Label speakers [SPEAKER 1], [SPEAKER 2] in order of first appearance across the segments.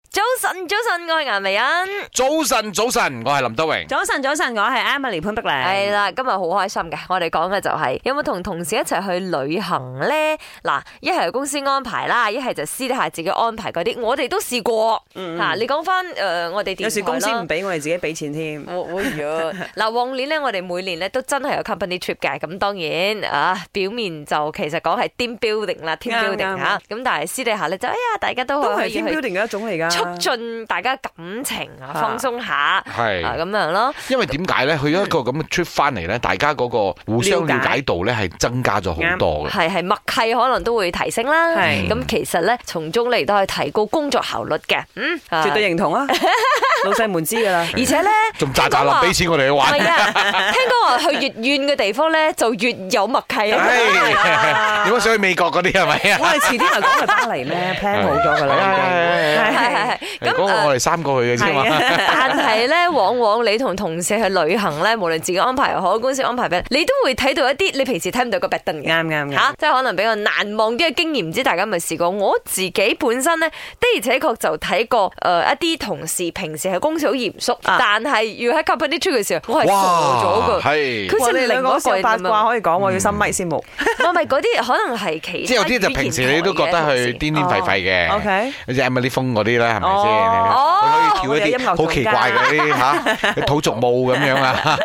[SPEAKER 1] 晨，早晨，我係顏美欣。
[SPEAKER 2] 早晨，早晨，我係林德榮。
[SPEAKER 3] 早晨，早晨，我係 Emily 潘碧玲。
[SPEAKER 1] 係啦，今日好開心嘅。我哋講嘅就係、有冇同同事一齊去旅行咧？嗱，一係公司安排啦，一係就私底下自己安排嗰啲，我哋都試過吓、
[SPEAKER 3] 嗯，
[SPEAKER 1] 啊你講翻诶，我哋電台啦
[SPEAKER 3] 有時公司唔俾我哋自己俾錢添。
[SPEAKER 1] 我我呀，嗱，往年咧，我哋每年咧都真係有 company trip 嘅，咁當然啊，表面就其實講係 team building 啦，team
[SPEAKER 3] 啱
[SPEAKER 1] building
[SPEAKER 3] 啱
[SPEAKER 1] 吓，咁但係私底下咧就哎呀，大家都
[SPEAKER 3] 都
[SPEAKER 1] 可
[SPEAKER 3] 係
[SPEAKER 1] 以
[SPEAKER 3] team
[SPEAKER 1] 去
[SPEAKER 3] building 嘅一種嚟㗎。
[SPEAKER 1] 促進大家感情啊，
[SPEAKER 3] 啊
[SPEAKER 1] 放鬆下啊
[SPEAKER 2] 係，
[SPEAKER 1] 咁樣咯。
[SPEAKER 2] 因為點解咧？去咗一個咁嘅 trip 翻嚟咧，大家嗰個互相了解度咧係增加咗好多 嘅。
[SPEAKER 1] 係係默契可能都會提升啦。
[SPEAKER 3] 係
[SPEAKER 1] 咁其實咧，從中嚟都係提高工作效率嘅。嗯，啊
[SPEAKER 3] 絕對認同啊！老細們知㗎啦。
[SPEAKER 1] 而且咧，
[SPEAKER 2] 仲喳喳林俾錢我哋去
[SPEAKER 1] 唔
[SPEAKER 2] 玩，
[SPEAKER 1] 係啊，聽講話去越遠嘅地方咧，就越有默契啊。
[SPEAKER 2] 唉點解哎想去美國嗰啲係咪啊
[SPEAKER 3] 我？哋遲啲咪講去巴黎咩？plan 好咗㗎啦，
[SPEAKER 2] 係係係係
[SPEAKER 3] 係
[SPEAKER 1] 係係係
[SPEAKER 2] 嗰個
[SPEAKER 1] 咁誒
[SPEAKER 2] 我哋三個去嘅
[SPEAKER 3] 已經。
[SPEAKER 2] 啫
[SPEAKER 3] 係
[SPEAKER 2] 嘛。
[SPEAKER 3] 啊，
[SPEAKER 1] 但係咧，往往你同同事去旅行咧，無論自己安排又好，公司安排俾你，你都會睇到一啲你平時睇唔到嘅 b a 嘅。
[SPEAKER 3] 啱
[SPEAKER 2] 嗯
[SPEAKER 3] 啱
[SPEAKER 1] 吓、
[SPEAKER 3] 啱。
[SPEAKER 1] 即係可能比較難忘啲嘅經驗，唔知大家有冇試過？我自己本身呢，的而且確就睇過誒、呃一啲同事平時喺公司好嚴肅，
[SPEAKER 3] 啊
[SPEAKER 1] 但係要喺 company trip 嘅時候，我係傻
[SPEAKER 2] 哇，
[SPEAKER 1] 咗㗎。
[SPEAKER 2] 係
[SPEAKER 1] 佢好
[SPEAKER 3] 哇
[SPEAKER 1] 似
[SPEAKER 3] 你兩
[SPEAKER 1] 另
[SPEAKER 3] 個
[SPEAKER 1] 外一個人咁樣
[SPEAKER 3] 有八卦可以講，我要深咪先冇。
[SPEAKER 1] 唔係嗰啲，可能係其
[SPEAKER 2] 即係有
[SPEAKER 1] 他
[SPEAKER 2] 啲就
[SPEAKER 1] 語言
[SPEAKER 2] 平時你都覺得
[SPEAKER 1] 台嘅同
[SPEAKER 2] 佢
[SPEAKER 1] 事
[SPEAKER 2] 癲癲廢廢嘅。
[SPEAKER 3] OK。
[SPEAKER 2] 好似 Emily 風嗰啲啦，係咪先？
[SPEAKER 1] 哦
[SPEAKER 2] 佢可以跳一啲好奇怪嗰 啲嚇土族舞咁樣啊，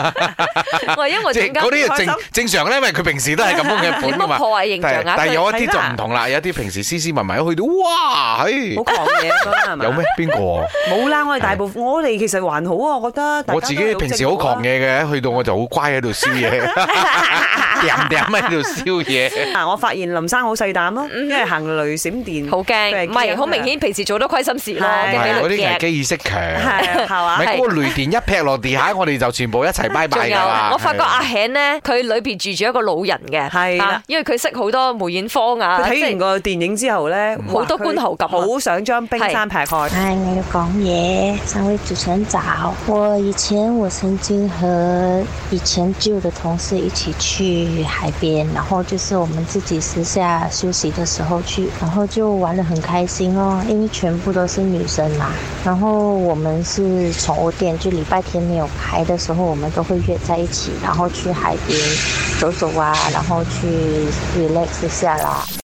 [SPEAKER 1] 我 因為
[SPEAKER 2] 即係
[SPEAKER 1] 陣間
[SPEAKER 2] 嗰啲就
[SPEAKER 3] 開心
[SPEAKER 2] 正正常咧，因為佢平時都係咁樣嘅
[SPEAKER 1] 你
[SPEAKER 2] 款噶
[SPEAKER 1] 乜
[SPEAKER 2] 嘛。
[SPEAKER 1] 破壞形象
[SPEAKER 2] 但係
[SPEAKER 1] 啊？
[SPEAKER 2] 但係有一
[SPEAKER 3] 係
[SPEAKER 2] 啲
[SPEAKER 3] 啦
[SPEAKER 2] 就唔同啦，有啲平時斯斯文文去到，哇，嘿
[SPEAKER 3] 好，狂嘢咁啦，係嘛？
[SPEAKER 2] 有咩？邊個啊？
[SPEAKER 3] 冇啦，我哋大部分我哋其實還好啊，我覺得大家都係好
[SPEAKER 2] 我自己平時好狂
[SPEAKER 3] 正啊
[SPEAKER 2] 嘢嘅，去到我就好乖喺度燒嘢， 掂掂喺度燒嘢。
[SPEAKER 3] 常啊。嗱，我發現林生好細膽咯，因為行雷閃電
[SPEAKER 1] 好
[SPEAKER 3] 佢 係
[SPEAKER 1] 驚，唔係
[SPEAKER 3] 驚
[SPEAKER 1] 好明
[SPEAKER 3] 啊
[SPEAKER 1] 顯，平時做多虧心事咯，
[SPEAKER 3] 係
[SPEAKER 1] 驚
[SPEAKER 2] 係
[SPEAKER 1] 俾
[SPEAKER 2] 嗰啲
[SPEAKER 1] 雷
[SPEAKER 2] 危
[SPEAKER 1] 擊。
[SPEAKER 2] 機意識強，
[SPEAKER 3] 係係
[SPEAKER 2] 唔
[SPEAKER 3] 嘛？
[SPEAKER 2] 係嗰個雷電一劈落地下，我哋就全部一齊拜拜
[SPEAKER 1] 仲
[SPEAKER 2] 㗎
[SPEAKER 1] 有，
[SPEAKER 2] 啦。
[SPEAKER 1] 我發覺
[SPEAKER 2] 係
[SPEAKER 1] 阿顯咧，佢裏邊住住一個老人嘅，
[SPEAKER 3] 係啦
[SPEAKER 1] 啊因為佢識好多梅艷芳啊，
[SPEAKER 3] 佢睇
[SPEAKER 1] 即係
[SPEAKER 3] 完個電影之後咧，
[SPEAKER 1] 好多官豪感啊
[SPEAKER 3] 好想將冰山劈開。
[SPEAKER 4] 嗨，那个广爷，三位主持人早。我以前我曾经和以前旧的同事一起去海边，然后就是我们自己私下休息的时候去，然后就玩得很开心哦，因为全部都是女生嘛。然后我们是宠物店，就礼拜天没有开的时候，我们都会约在一起，然后去海边走走啊，然后去 relax 一下啦。